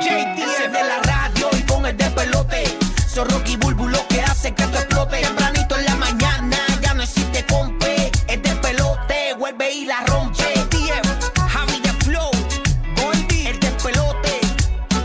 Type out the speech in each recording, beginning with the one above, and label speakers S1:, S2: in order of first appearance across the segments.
S1: JT es de la radio y con el de pelote. Son Rocky Bulbu lo que hace que te explote. Tempranito en la mañana, ya no existe compe. Es de pelote, vuelve y la rompe. JTF, Javi de Flow, Goldie, el de pelote.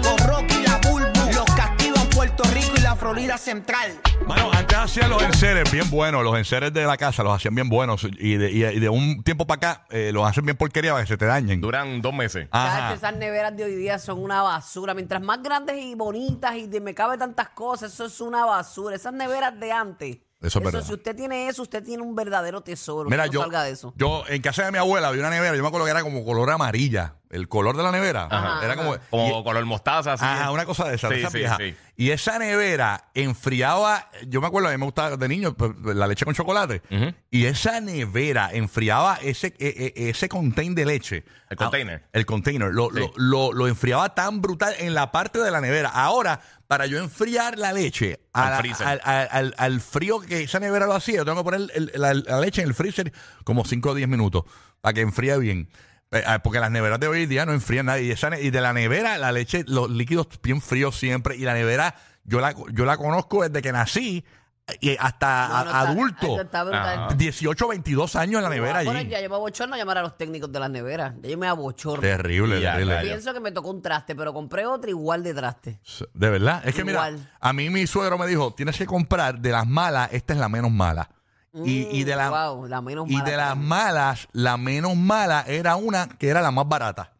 S1: Con Rocky y la Bulbu, los castigan Puerto Rico y la Florida Central.
S2: Mano, antes hacían los enseres bien buenos, los enseres de la casa los hacían bien buenos y de, y- y de un tiempo para acá eh, los hacen bien porquería para que se te dañen.
S3: Duran dos meses.
S2: Ajá.
S4: Chacho, esas neveras de hoy día son una basura. Mientras más grandes y bonitas y de- me cabe tantas cosas, eso es una basura. Esas neveras de antes.
S2: Eso es verdad.
S4: Si usted tiene eso, usted tiene un verdadero tesoro.
S2: Mira,
S4: no
S2: yo,
S4: salga de eso.
S2: yo en casa de mi abuela había una nevera, yo me acuerdo que era como color amarilla, el color de la nevera.
S3: Ajá.
S2: Era como...
S3: Como color mostaza, así.
S2: Ajá, una cosa de esa, de
S3: Sí,
S2: esa
S3: sí,
S2: vieja.
S3: sí.
S2: Y esa nevera enfriaba, yo me acuerdo, a mí me gustaba de niño pues, la leche con chocolate. Y esa nevera enfriaba ese, e- e- ese contain de leche.
S3: El container.
S2: Ah, el container. Lo,
S3: Sí.
S2: lo- lo- lo enfriaba tan brutal en la parte de la nevera. Ahora, para yo enfriar la leche a
S3: Al
S2: la-
S3: freezer.
S2: al, al- al- al frío que esa nevera lo hacía, yo tengo que poner el- la, la leche en el freezer como 5 o 10 minutos para que enfríe bien. Eh, ah, Porque las neveras de hoy día no enfrían nada. Y, esa ne- y de la nevera, la leche, los líquidos bien fríos siempre. Y la nevera, yo la, yo la conozco desde que nací eh, y hasta
S4: No, no,
S2: a-
S4: está-
S2: adulto.
S4: eso está brutal.
S3: Ajá.
S2: 18, 22 años en la nevera
S4: Ah, bueno,
S2: allí.
S4: ya yo me abochorno a llamar a los técnicos de las neveras. Ya yo me abochorno.
S2: Terrible,
S3: Ya,
S2: terrible.
S3: rayos.
S4: Pienso que me tocó un traste, pero compré otro igual de traste.
S2: De verdad. Es que mira,
S4: Igual.
S2: a mí mi suegro me dijo, tienes que comprar de las malas, esta es la menos mala. Y, y de, la-
S4: Wow, Mm, la menos
S2: y
S4: mala
S2: de
S4: que
S2: las
S4: tengo.
S2: malas, la menos mala era una que era la más barata.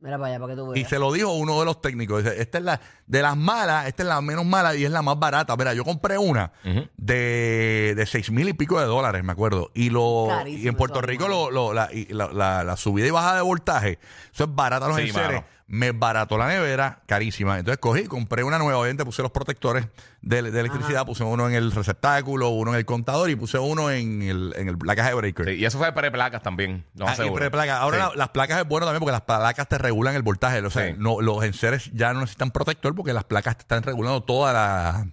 S4: Mira para allá, para que tú
S2: Y
S4: veas.
S2: se lo dijo uno de los técnicos. Dice, esta es la, de las malas, esta es la menos mala y es la más barata. Mira, yo compré una
S3: Ujú.
S2: de, de seis mil y pico de dólares, me acuerdo. Y lo
S4: Carísimo
S2: y en Puerto
S4: eso,
S2: Rico
S4: hermano.
S2: lo, lo- la, y la- la- la subida y bajada de voltaje, eso es barata los
S3: Sí,
S2: enseres.
S3: mano.
S2: Me barató la nevera, carísima. Entonces cogí, y compré una nueva, obviamente puse los protectores de, de electricidad, puse uno en el receptáculo, uno en el contador y puse uno en, el, en el- la caja de breaker.
S3: Sí, y eso fue para placas también. No
S2: Ah, y
S3: seguro.
S2: preplaca. Ahora
S3: Sí.
S2: la- las placas es bueno también porque las placas te regulan el voltaje. O sea,
S3: Sí.
S2: no, los enseres ya no necesitan protector porque las placas te están regulando toda la,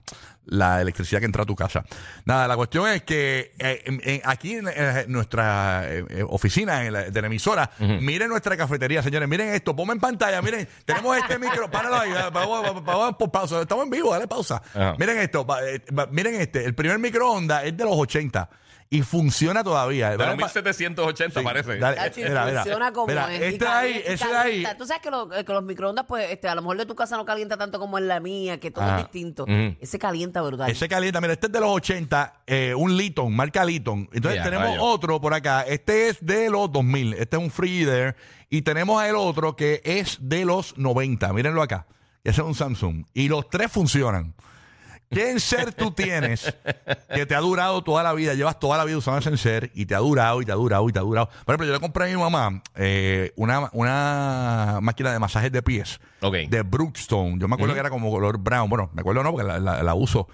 S2: la electricidad que entra a tu casa. Nada, la cuestión es que eh, en- en- aquí en, eh, nuestra eh, eh, oficina en la- de la emisora, miren nuestra cafetería, señores, miren esto, ponme en pantalla, miren, tenemos este micro, páralo ahí, ah, vamos, vamos, vamos por pausa, estamos en vivo, dale pausa.
S3: Ajá.
S2: Miren esto, pa- eh, pa- miren este, el primer microondas es de los 80 y funciona todavía.
S3: De los
S2: Vamos pa-
S3: 1780
S2: Sí,
S3: parece.
S2: dale,
S4: Chacho, y
S2: mira, mira,
S4: funciona como
S2: mira,
S4: es. y
S2: Este de ahí,
S4: calienta,
S2: ese de ahí.
S4: calienta. Tú sabes que, lo- eh, que los microondas, pues, este, a lo mejor de tu casa no calienta tanto como en la mía, que todo
S2: Ah,
S4: es distinto.
S3: ujú.
S4: Ese calienta brutal.
S2: Ese calienta, mira, este es de los 80, eh, un Liton, marca Liton. Entonces
S3: Ya,
S2: tenemos
S3: rayos.
S2: otro por acá, este es de los 2000, este es un Freezer. Y tenemos el otro que es de los 90, mírenlo acá, ese es un Samsung. Y los tres funcionan. ¿Qué enser tú tienes que te ha durado toda la vida? Llevas toda la vida usando ese enser y te ha durado y te ha durado y te ha durado. Por ejemplo, yo le compré a mi mamá eh, una, una máquina de masajes de pies
S3: Ok.
S2: de Brookstone. Yo me acuerdo que era como color brown. Bueno, me acuerdo no, porque la, la- la uso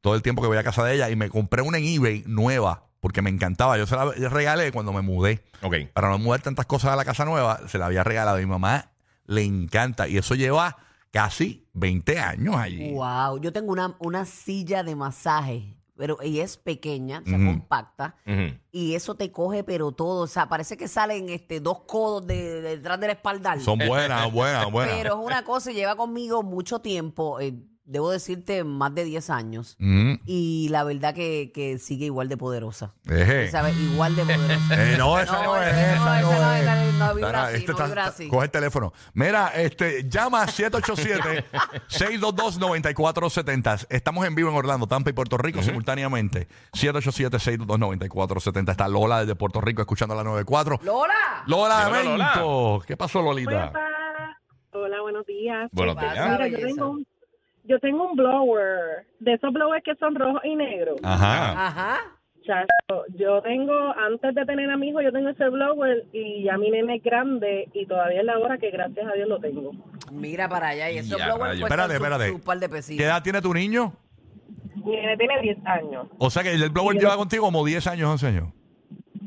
S2: todo el tiempo que voy a casa de ella y me compré una en eBay nueva porque me encantaba. Yo se la regalé cuando me mudé.
S3: Ok.
S2: Para no mudar tantas cosas a la casa nueva, se la había regalado. A mi mamá le encanta y eso lleva casi 20 años allí.
S4: Wow, yo tengo una, una silla de masaje, pero y es pequeña, se
S2: Ujú.
S4: compacta
S3: Ujú.
S4: y eso te coge pero todo, o sea, parece que salen este dos codos de, de detrás del espaldar.
S2: Son buenas, buenas, buenas.
S4: pero es una cosa y lleva conmigo mucho tiempo, eh, debo decirte más de 10 años
S2: Mm,
S4: y la verdad que, que sigue igual de poderosa.
S2: eje.
S4: ¿Sabes? Igual de poderosa.
S2: Eh, no, esa no, es, esa no, es.
S4: esa no, no vibra
S2: Dana,
S4: así,
S2: este
S4: no
S2: está-
S4: vibra
S2: está-
S4: así.
S2: coge el teléfono. Mira, este, llama a 787-622-9470. Estamos en vivo en Orlando, Tampa y Puerto Rico simultáneamente. 787-622-9470. Está Lola desde Puerto Rico escuchando la 94.
S4: Lola,
S2: Lola,
S3: Dímelo, Lola.
S2: Mento. ¿Qué pasó, Lolita?
S5: Hola, Hola, buenos días.
S3: Buenos
S4: pasa?
S3: días.
S5: Mira, yo
S4: belleza.
S5: tengo, un, yo tengo un blower, de esos blowers que son rojos y negros.
S2: Ajá.
S4: ajá.
S5: Chacho, yo tengo, antes de tener a mi hijo, yo tengo ese blogger y ya mi nene es grande y todavía es la hora que gracias a Dios lo tengo.
S4: Mira para allá y eso
S3: Ya, rayos.
S2: Espérate, espérate.
S4: un par de
S2: ¿Qué
S4: pesitos.
S2: edad tiene tu niño?
S5: Mi nene tiene 10 años,
S2: O sea que el blower lleva contigo como 10 años, 11 años.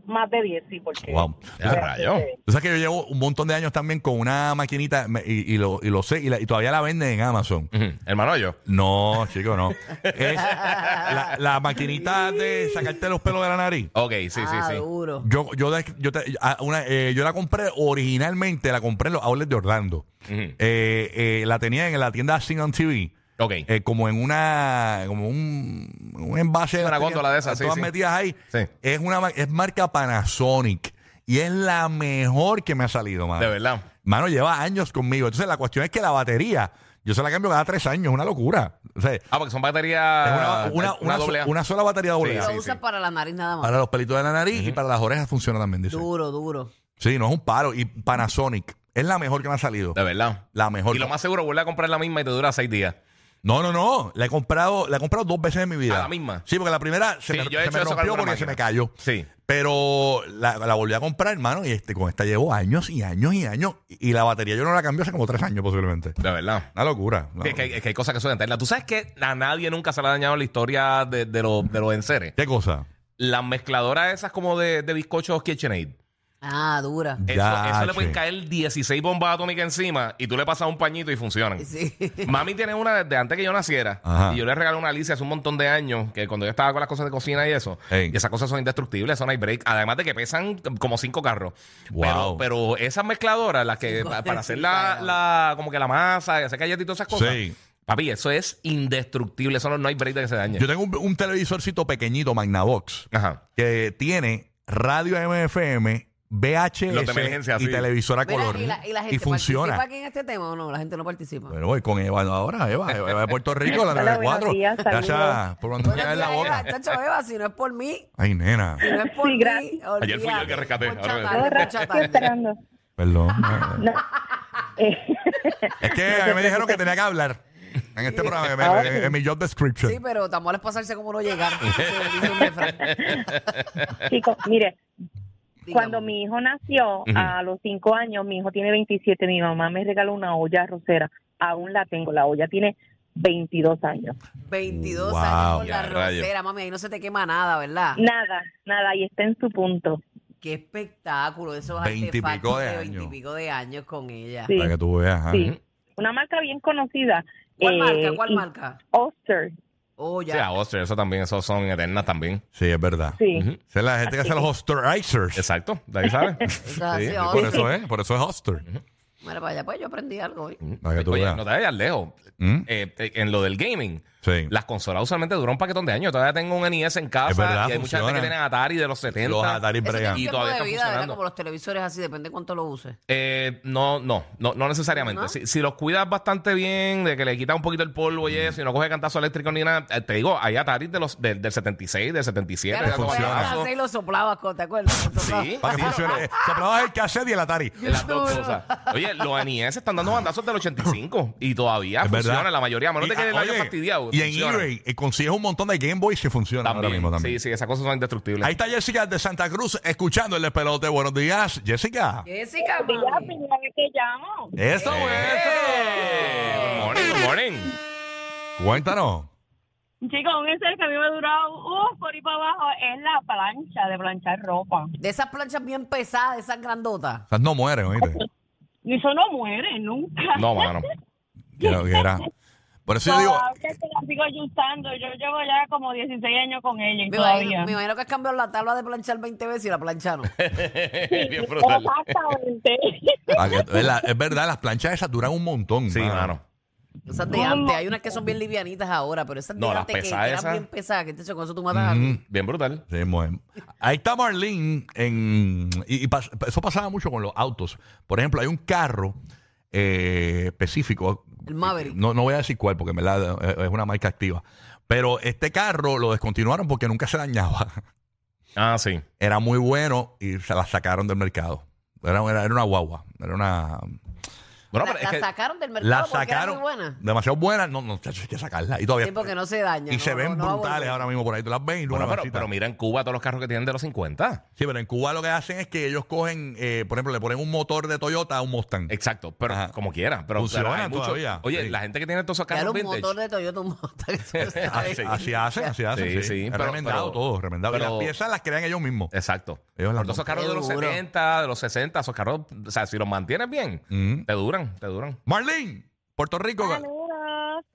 S5: más de 10, sí, porque...
S2: Wow.
S3: Ya, rayos.
S2: O sea que yo llevo un montón de años también con una maquinita me- y, y lo, y lo sé, y, la- y todavía la venden en Amazon.
S3: Ujú. Hermano, yo.
S2: No, chico, no. Es la, la maquinita de sacarte los pelos de la nariz.
S3: Ok, sí, sí,
S4: ah,
S3: sí.
S4: duro.
S2: Yo, yo, de- yo, te- a- una, eh, yo la compré originalmente, la compré en los outlets de Orlando.
S3: Ujú.
S2: Eh, eh, la tenía en la tienda Sing on TV.
S3: Ok.
S2: eh, como en una como un, un envase
S3: Una
S2: las
S3: góndola
S2: tenía
S3: de esas, sí,
S2: todas
S3: sí.
S2: metidas ahí
S3: Sí.
S2: es una ma- es marca Panasonic y es la mejor que me ha salido mano
S3: De verdad.
S2: mano lleva años conmigo entonces la cuestión es que la batería yo se la cambio cada tres años una locura o sea, es
S3: Ah, porque son baterías. eh,
S2: una, una,
S3: Ah, una
S2: una so-
S3: doble A.
S2: una sola batería doble A.
S4: lo
S3: sí,
S4: usas
S3: sí.
S4: para la nariz nada más.
S2: para los pelitos de la nariz y para las orejas funciona también dice
S4: Duro, duro.
S2: sí no es un paro y Panasonic es la mejor que me ha salido
S3: De verdad.
S2: la mejor
S3: Y lo más seguro, vuelve a comprar la misma y te dura seis días.
S2: No, no, no. La he comprado, la he comprado dos veces en mi vida.
S3: Ah, la misma.
S2: Sí, porque la primera se
S3: Sí,
S2: me,
S3: yo he
S2: se
S3: hecho
S2: me
S3: eso con
S2: rompió
S3: alguna
S2: porque se me
S3: máquina.
S2: cayó.
S3: Sí.
S2: Pero la, la volví a comprar, hermano, y este, con esta llevo años y años y años. Y, y la batería yo no la cambié hace como tres años posiblemente.
S3: De verdad.
S2: Una locura. una
S3: Sí, es, que hay,
S2: locura.
S3: es que hay cosas que son eternas. Tú sabes que a nadie nunca se le ha dañado la historia de, de los, de los enseres.
S2: ¿Qué cosa?
S3: Las mezcladoras esas como de, de bizcochos KitchenAid.
S4: Ah, dura.
S3: Eso,
S2: Ya,
S3: eso le pueden
S2: che.
S3: caer 16 bombas atómicas encima y tú le pasas un pañito y funcionan.
S4: Sí.
S3: Mami tiene una desde antes que yo naciera.
S2: Ajá.
S3: Y yo le regalé una Alicia hace un montón de años, que cuando yo estaba con las cosas de cocina y eso.
S2: Ey.
S3: Y esas cosas son indestructibles, son hay break. Además de que pesan como cinco carros.
S2: Wow.
S3: Pero, pero esas mezcladoras, las que
S4: Cinco
S3: pa- para hacer
S4: sí,
S3: la,
S4: claro.
S3: la- como que la masa, y hacer galletas y todas esas cosas.
S2: Sí.
S3: Papi, eso es indestructible. Eso no, no hay break de que se dañe.
S2: Yo tengo un, un televisorcito pequeñito, Magnavox,
S3: Ajá.
S2: que tiene radio MFM, VHS
S3: Los de emergencia,
S2: y
S3: sí.
S2: televisora
S4: Mira,
S2: color.
S4: y, la, y la gente
S2: funciona.
S4: participa aquí en este tema o no? La gente no participa.
S2: Bueno, voy con Eva ahora, Eva, Eva de Puerto Rico, la
S5: Hola,
S2: 94.
S5: buenos días,
S2: Gracias
S5: saludos.
S2: por mandarme
S4: Buenos
S2: en la
S4: días, Eva.
S2: boca.
S4: Chacho, Eva, si no es por mí,
S2: Ay, nena.
S4: si no es por
S5: Sí,
S4: mí.
S5: gracias.
S3: Ayer fui yo el que rescaté.
S4: Mucha
S3: Ahora-
S4: tarde,
S5: Ahora,
S4: mucha
S5: estoy
S4: tarde.
S5: esperando.
S2: Perdón.
S5: No. Eh,
S2: es que a mí me dijeron que tenía que hablar en este programa, en,
S5: Ahora
S2: en-
S5: sí.
S2: en mi job description.
S4: Sí, pero tan malo es pasarse como no llegar. se dice un refrán.
S5: chicos, mire,
S4: Digamos.
S5: cuando mi hijo nació, a los 5 años, mi hijo tiene 27, mi mamá me regaló una olla arrocera, aún la tengo, la olla tiene 22 años.
S2: Ah.
S4: 22
S2: Wow.
S4: años con
S3: Ya,
S4: la
S3: rayos.
S4: rosera, mami, ahí no se te quema nada, ¿verdad?
S5: Nada, nada, y está en su punto.
S4: Qué espectáculo esos
S2: 20 y pico
S4: artefactos
S2: de
S4: de
S2: años.
S4: eh, veintipico de años con ella.
S5: Sí,
S2: Para que tú veas. ajá.
S5: sí. Una marca bien conocida.
S4: ¿Cuál
S5: eh,
S4: marca? ¿Cuál
S5: y-
S4: marca?
S5: Oster,
S4: Oh, ya.
S3: Sí, a Oster, eso también, esos son eternas también.
S2: Sí, es verdad.
S5: sí.
S3: Ujú.
S2: Esa es la gente que hace los hosterizers.
S3: Exacto, de ahí sale.
S4: Esa-
S2: Sí,
S4: sí,
S2: por
S4: Oster.
S2: eso es, por eso es hoster.
S4: Mira, para allá, pues yo aprendí algo hoy.
S2: Para que tú
S3: Oye,
S2: veas.
S3: no te vayas lejos.
S2: ¿Mm?
S3: Eh, eh, en lo del gaming,
S2: Sí.
S3: las consolas usualmente duran un paquetón de años. Todavía tengo un NES en casa.
S2: Es verdad,
S3: y hay mucha gente
S2: funciona.
S3: que tiene Atari de los 70.
S2: Los Atari
S4: Eso tiene
S2: bregan.
S4: un
S3: Y
S4: tiempo
S3: todavía
S4: de
S3: está
S4: vida, ¿verdad?
S3: funcionando.
S4: Como los televisores así, depende cuánto lo uses.
S3: Eh, no, no, no, no necesariamente.
S4: ¿No?
S3: Si, si los cuidas bastante bien, de que le quitas un poquito el polvo y eso, y no coge cantazo eléctrico ni nada, eh, te digo, hay Atari de los, del- del 76, del 77.
S4: Claro,
S3: de los
S2: funciona.
S4: funciona.
S3: cantazo.
S4: Y lo soplabas, con- ¿te acuerdas? Lo soplabas.
S3: Sí,
S2: Para que
S3: sí,
S2: funcione. Se apagaba el cassette y el Atari.
S3: lo- Las dos
S4: Duro.
S3: cosas. Oye, los NES están dando bandazos del 85 y todavía
S2: Es
S3: funciona
S2: verdad.
S3: la mayoría, a menos
S2: Y,
S3: de que
S2: ah,
S3: el año
S2: oye,
S3: fastidiado.
S2: Y en
S3: funciona.
S2: eBay eh, consigues un montón de Game Boys que funcionan ahora mismo también.
S3: Sí, sí, esas cosas son indestructibles.
S2: Ahí está Jessica de Santa Cruz escuchando el despelote. Buenos días, Jessica.
S4: Jessica,
S5: La
S4: mami.
S5: primera vez que llamo.
S2: Eso,
S3: Eh, Good morning, good morning.
S2: eso. Cuéntanos.
S5: Chicos, un ser que a mí me ha durado uh, por ahí para abajo es la plancha de planchar ropa.
S4: De esas planchas bien pesadas, esas grandotas.
S2: O sea, no mueren, oíste.
S5: Y eso no muere nunca.
S3: No, mano.
S2: Que era- que era. Por eso yo digo,
S6: Ah,
S5: Todavía te la sigo usando. Yo llevo ya como 16 años con ella y
S4: Me
S5: todavía.
S4: imagino, me imagino que has cambiado la tabla de planchar 20 veces y la plancha no.
S3: Bien brutal.
S5: Exactamente.
S2: a que- es, la- es verdad, las planchas esas duran un montón.
S3: Sí, mano.
S4: Esas de antes. Hay unas que son bien livianitas ahora, pero esas de
S3: No, las
S4: antes que, que
S3: pesadas
S4: eran
S3: esas.
S4: bien pesadas, que te hecho con eso tú matas a
S2: Ujú.
S4: alguien.
S3: Bien brutal.
S2: Sí, muy- Ahí está Marlene. En, y, y pas- eso pasaba mucho con los autos. Por ejemplo, hay un carro eh, específico.
S4: El Maverick.
S2: No, no voy a decir cuál, porque en verdad eh, es una marca activa. Pero este carro lo descontinuaron porque nunca se dañaba.
S3: Ah, sí.
S2: Era muy bueno y se la sacaron del mercado. Era, era, era una guagua. Era una.
S3: Bueno,
S4: la,
S3: pero es
S4: la
S3: que
S4: sacaron del mercado
S2: La
S4: porque era
S2: sacaron
S4: muy buena.
S2: demasiado buena. No, no, chacho, hay que sacarla. Y todavía.
S4: Sí, porque no se daña.
S2: y
S4: no,
S2: se
S4: no,
S2: ven
S4: no va a
S2: brutales
S4: volver.
S2: ahora mismo por ahí. Tú las ves y tú
S3: Bueno,
S2: una
S3: pero,
S2: masita.
S3: pero mira en Cuba todos los carros que tienen de los 50.
S2: Sí, pero en Cuba lo que hacen es que ellos cogen, eh, por ejemplo, le ponen un motor de Toyota a un Mustang.
S3: Exacto, pero
S2: Ajá.
S3: como quiera. Pero
S2: Funciona
S3: pero hay mucho-
S2: todavía,
S3: Oye,
S2: sí.
S3: la gente que tiene todos esos
S4: Ya era
S3: carros
S4: un
S3: vintage.
S4: motor de Toyota, un motor de Toyota.
S3: Ah, sí.
S2: Así hacen, así hacen. Sí,
S3: Sí, sí,
S2: Es
S3: pero-
S2: remendado
S3: pero-
S2: todo, remendado. y
S3: pero- Eh,
S2: las piezas las crean ellos mismos.
S3: Exacto.
S2: Ellos las
S3: Por esos
S2: montan.
S3: carros de los
S4: Qué duro.
S3: 70, de los 60, esos carros, o sea, si los mantienes bien,
S2: Ujú.
S3: te duran, te duran.
S2: Mm. Marlene, Puerto Rico.
S6: Saludos.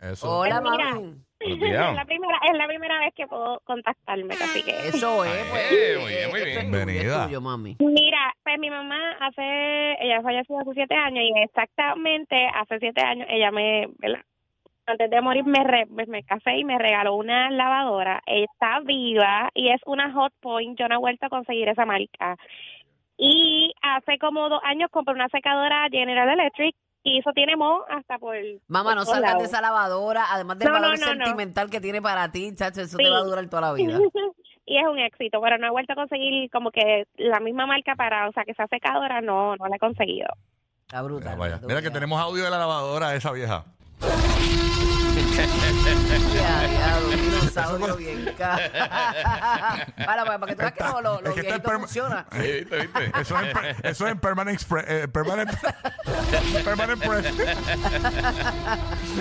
S2: Eso.
S4: Hola,
S6: Pues mira.
S4: mami.
S3: Buenos
S6: Es
S3: días.
S6: la primera, es la primera vez que puedo contactarme, así que.
S4: Eso
S3: Ah,
S4: es, pues.
S3: eh, muy bien, muy
S4: esto
S3: bien.
S4: es tuyo, esto
S2: Bienvenida.
S4: Es tuyo, mami.
S6: Mira, pues mi mamá hace, ella falleció hace siete años y exactamente hace siete años ella me, ¿verdad? antes de morir me, re- me, me casé y me regaló una lavadora. Ella está viva y es una Hot Point. Yo no he vuelto a conseguir esa marca. Y hace como dos años compré una secadora General Electric y eso tiene mo hasta por...
S4: Mamá,
S6: por
S4: no
S6: todos
S4: salgas de
S6: lados.
S4: esa lavadora, además del
S6: No,
S4: valor
S6: no, no, no.
S4: sentimental que tiene para ti, chacho, eso te
S6: Sí.
S4: va a durar toda la vida.
S6: y es un éxito, pero no he vuelto a conseguir como que la misma marca para, o sea, que esa secadora no, no la he conseguido.
S2: Mira,
S4: Está brutal.
S2: vaya.
S4: tú,
S2: Mira que
S4: ya.
S2: tenemos audio de la lavadora de esa vieja.
S4: Ya, ya, un dinosaurio bien caro. Para, para, para que tú veas que no, lo, lo
S2: Es que está el
S4: viejito
S2: perma-
S4: funciona.
S3: Sí, ¿Viste, viste?
S2: Eso es, en per- eso es en Permanent Express. eh, permanent, permanent Press.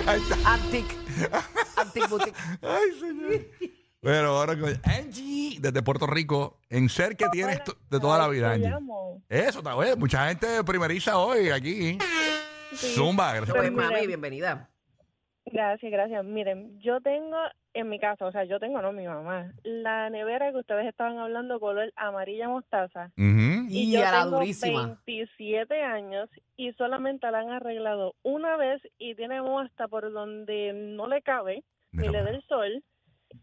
S2: Ahí está.
S4: Antic. Antic Boutique. Pues,
S2: Ay, señor. Pero ahora que. Angie, desde Puerto Rico, en ser que tienes to- de toda la vida, Angie. Eso está bueno. Mucha gente primeriza hoy aquí. Zumba, gracias por
S4: Pues,
S2: el-
S4: mami, bienvenida.
S7: Gracias, gracias. Miren, yo tengo en mi casa, o sea, yo tengo, no mi mamá, la nevera que ustedes estaban hablando color amarilla mostaza.
S2: Ujú.
S4: Y,
S7: yo
S4: a la
S7: tengo
S4: durísima.
S7: 27 años y solamente la han arreglado una vez y tiene moho hasta por donde no le cabe, ni
S2: Mira,
S7: le da el sol.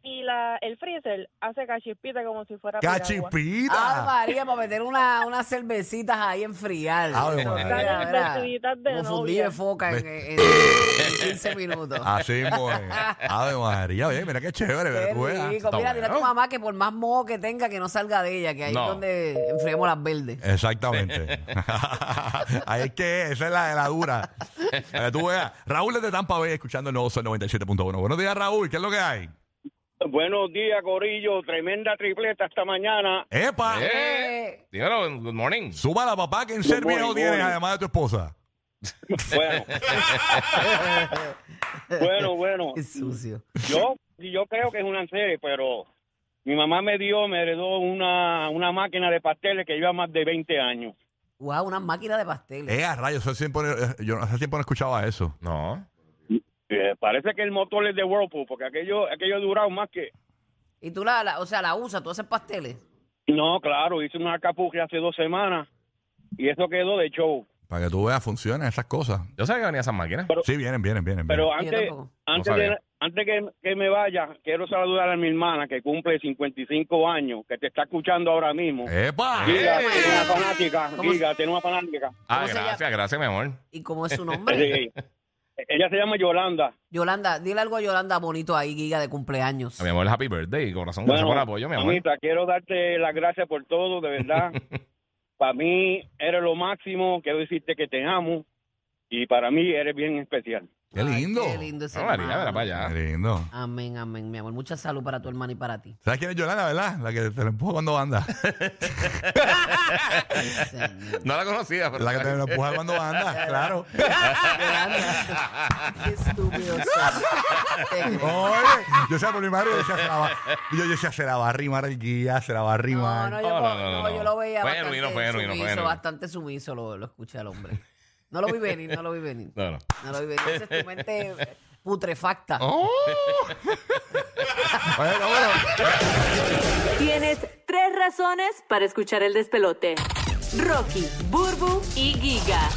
S7: Y la el freezer hace cachispita como si fuera piragua.
S4: Ay,
S2: ¡Cachipita!
S4: María, para meter una, unas cervecitas ahí enfriar.
S2: Ave
S4: Eso,
S2: María.
S4: mira,
S7: Las
S4: mira,
S7: vestiditas de
S4: Como fundillo de
S7: novia.
S4: foca en, en- en 15 minutos.
S2: Así, mismo es. Ave María, oye, mira qué chévere,
S4: Qué
S2: Ah, pero tú veas.
S4: rico.
S3: Está
S4: Mira, dile a tu
S3: bueno.
S4: mamá que por más moho que tenga, que no salga de ella, que ahí
S3: No.
S4: es donde enfriamos las verdes.
S2: Exactamente. Ahí es que esa es la de la dura. Para que tú veas. Raúl desde Tampa Bay escuchando el nuevo Sol 97.1. Buenos días, Raúl. ¿Qué es lo que hay?
S8: Buenos días, Corillo. Tremenda tripleta esta mañana.
S2: ¡Epa!
S3: Eh. Dímelo, good morning.
S2: Súbala, papá, que en ser
S8: Good morning,
S2: viejo tienes,
S8: morning.
S2: además de tu esposa.
S8: Bueno, bueno, bueno.
S4: Qué sucio.
S8: Yo, yo creo que es una serie, pero mi mamá me dio, me heredó una, una máquina de pasteles que lleva más de 20 años.
S4: Wow, una máquina de pasteles.
S2: Eh, a rayos, hace tiempo, eh, yo hace tiempo no escuchaba eso.
S3: No.
S8: Eh, parece que el motor es de Whirlpool, porque aquello, aquello ha durado más que...
S4: Y tú la, la- o sea, la usas, tú haces pasteles.
S8: No, claro, hice una alcapuja hace dos semanas y eso quedó de show.
S2: Para que tú veas, funcionan esas cosas.
S3: Yo sabía que venía esas máquinas.
S2: Sí, vienen, vienen, vienen.
S8: Pero
S2: vienen.
S4: Yo
S8: antes,
S4: tampoco.
S8: antes,
S3: No
S8: de-
S3: sabía.
S8: antes que, que me vaya, quiero saludar a mi hermana que cumple 55 años, que te está escuchando ahora mismo.
S2: ¡Epa!
S8: Giga,
S3: ¡Eh!
S8: tiene una fanática.
S4: ¿Cómo
S8: Giga, tiene una fanática.
S3: Ah,
S4: ¿Cómo se
S3: gracias, gracias, mi amor.
S4: ¿Y cómo es su nombre?
S8: Sí. Ella se llama Yolanda.
S4: Yolanda, dile algo a Yolanda bonito ahí, Giga, de cumpleaños.
S3: A mi amor, happy birthday. Corazón, gracias por el apoyo, mi amor.
S8: mamita, quiero darte las gracias por todo, de verdad. para mí eres lo máximo. Quiero decirte que te amo. Y para mí eres bien especial.
S2: ¡Qué
S4: Ay,
S2: lindo!
S4: Qué lindo ese
S3: No, María,
S4: hermano.
S3: verá para
S2: ¡Qué
S3: allá.
S2: lindo!
S4: Amén, amén, mi amor. Mucha salud para tu hermano y para ti.
S2: ¿Sabes quién es Yolanda, verdad? La que te la empuja cuando anda.
S4: Señor.
S3: No la conocía, pero.
S2: La que te la empuja cuando anda, claro.
S4: Yolanda, Qué estúpido. soy. Te creo.
S2: Oye, yo sé por mi madre, yo decía, se la va, yo, yo decía, se la va a arrimar el guía, se la va a
S4: No,
S2: arrimar.
S4: no, yo,
S3: No,
S4: no,
S3: no, no, no.
S4: yo lo veía
S3: Fue
S4: bastante
S3: genuino, fue genuino, fue
S4: sumiso,
S3: genuino.
S4: bastante sumiso lo, lo escuché al hombre. No lo vi venir, no lo vi venir.
S3: No, no.
S4: No lo vi venir. Esa es tu mente eh, putrefacta.
S2: ¡Oh! bueno, bueno.
S9: Tienes tres razones para escuchar el despelote. Rocky, Burbu y Giga.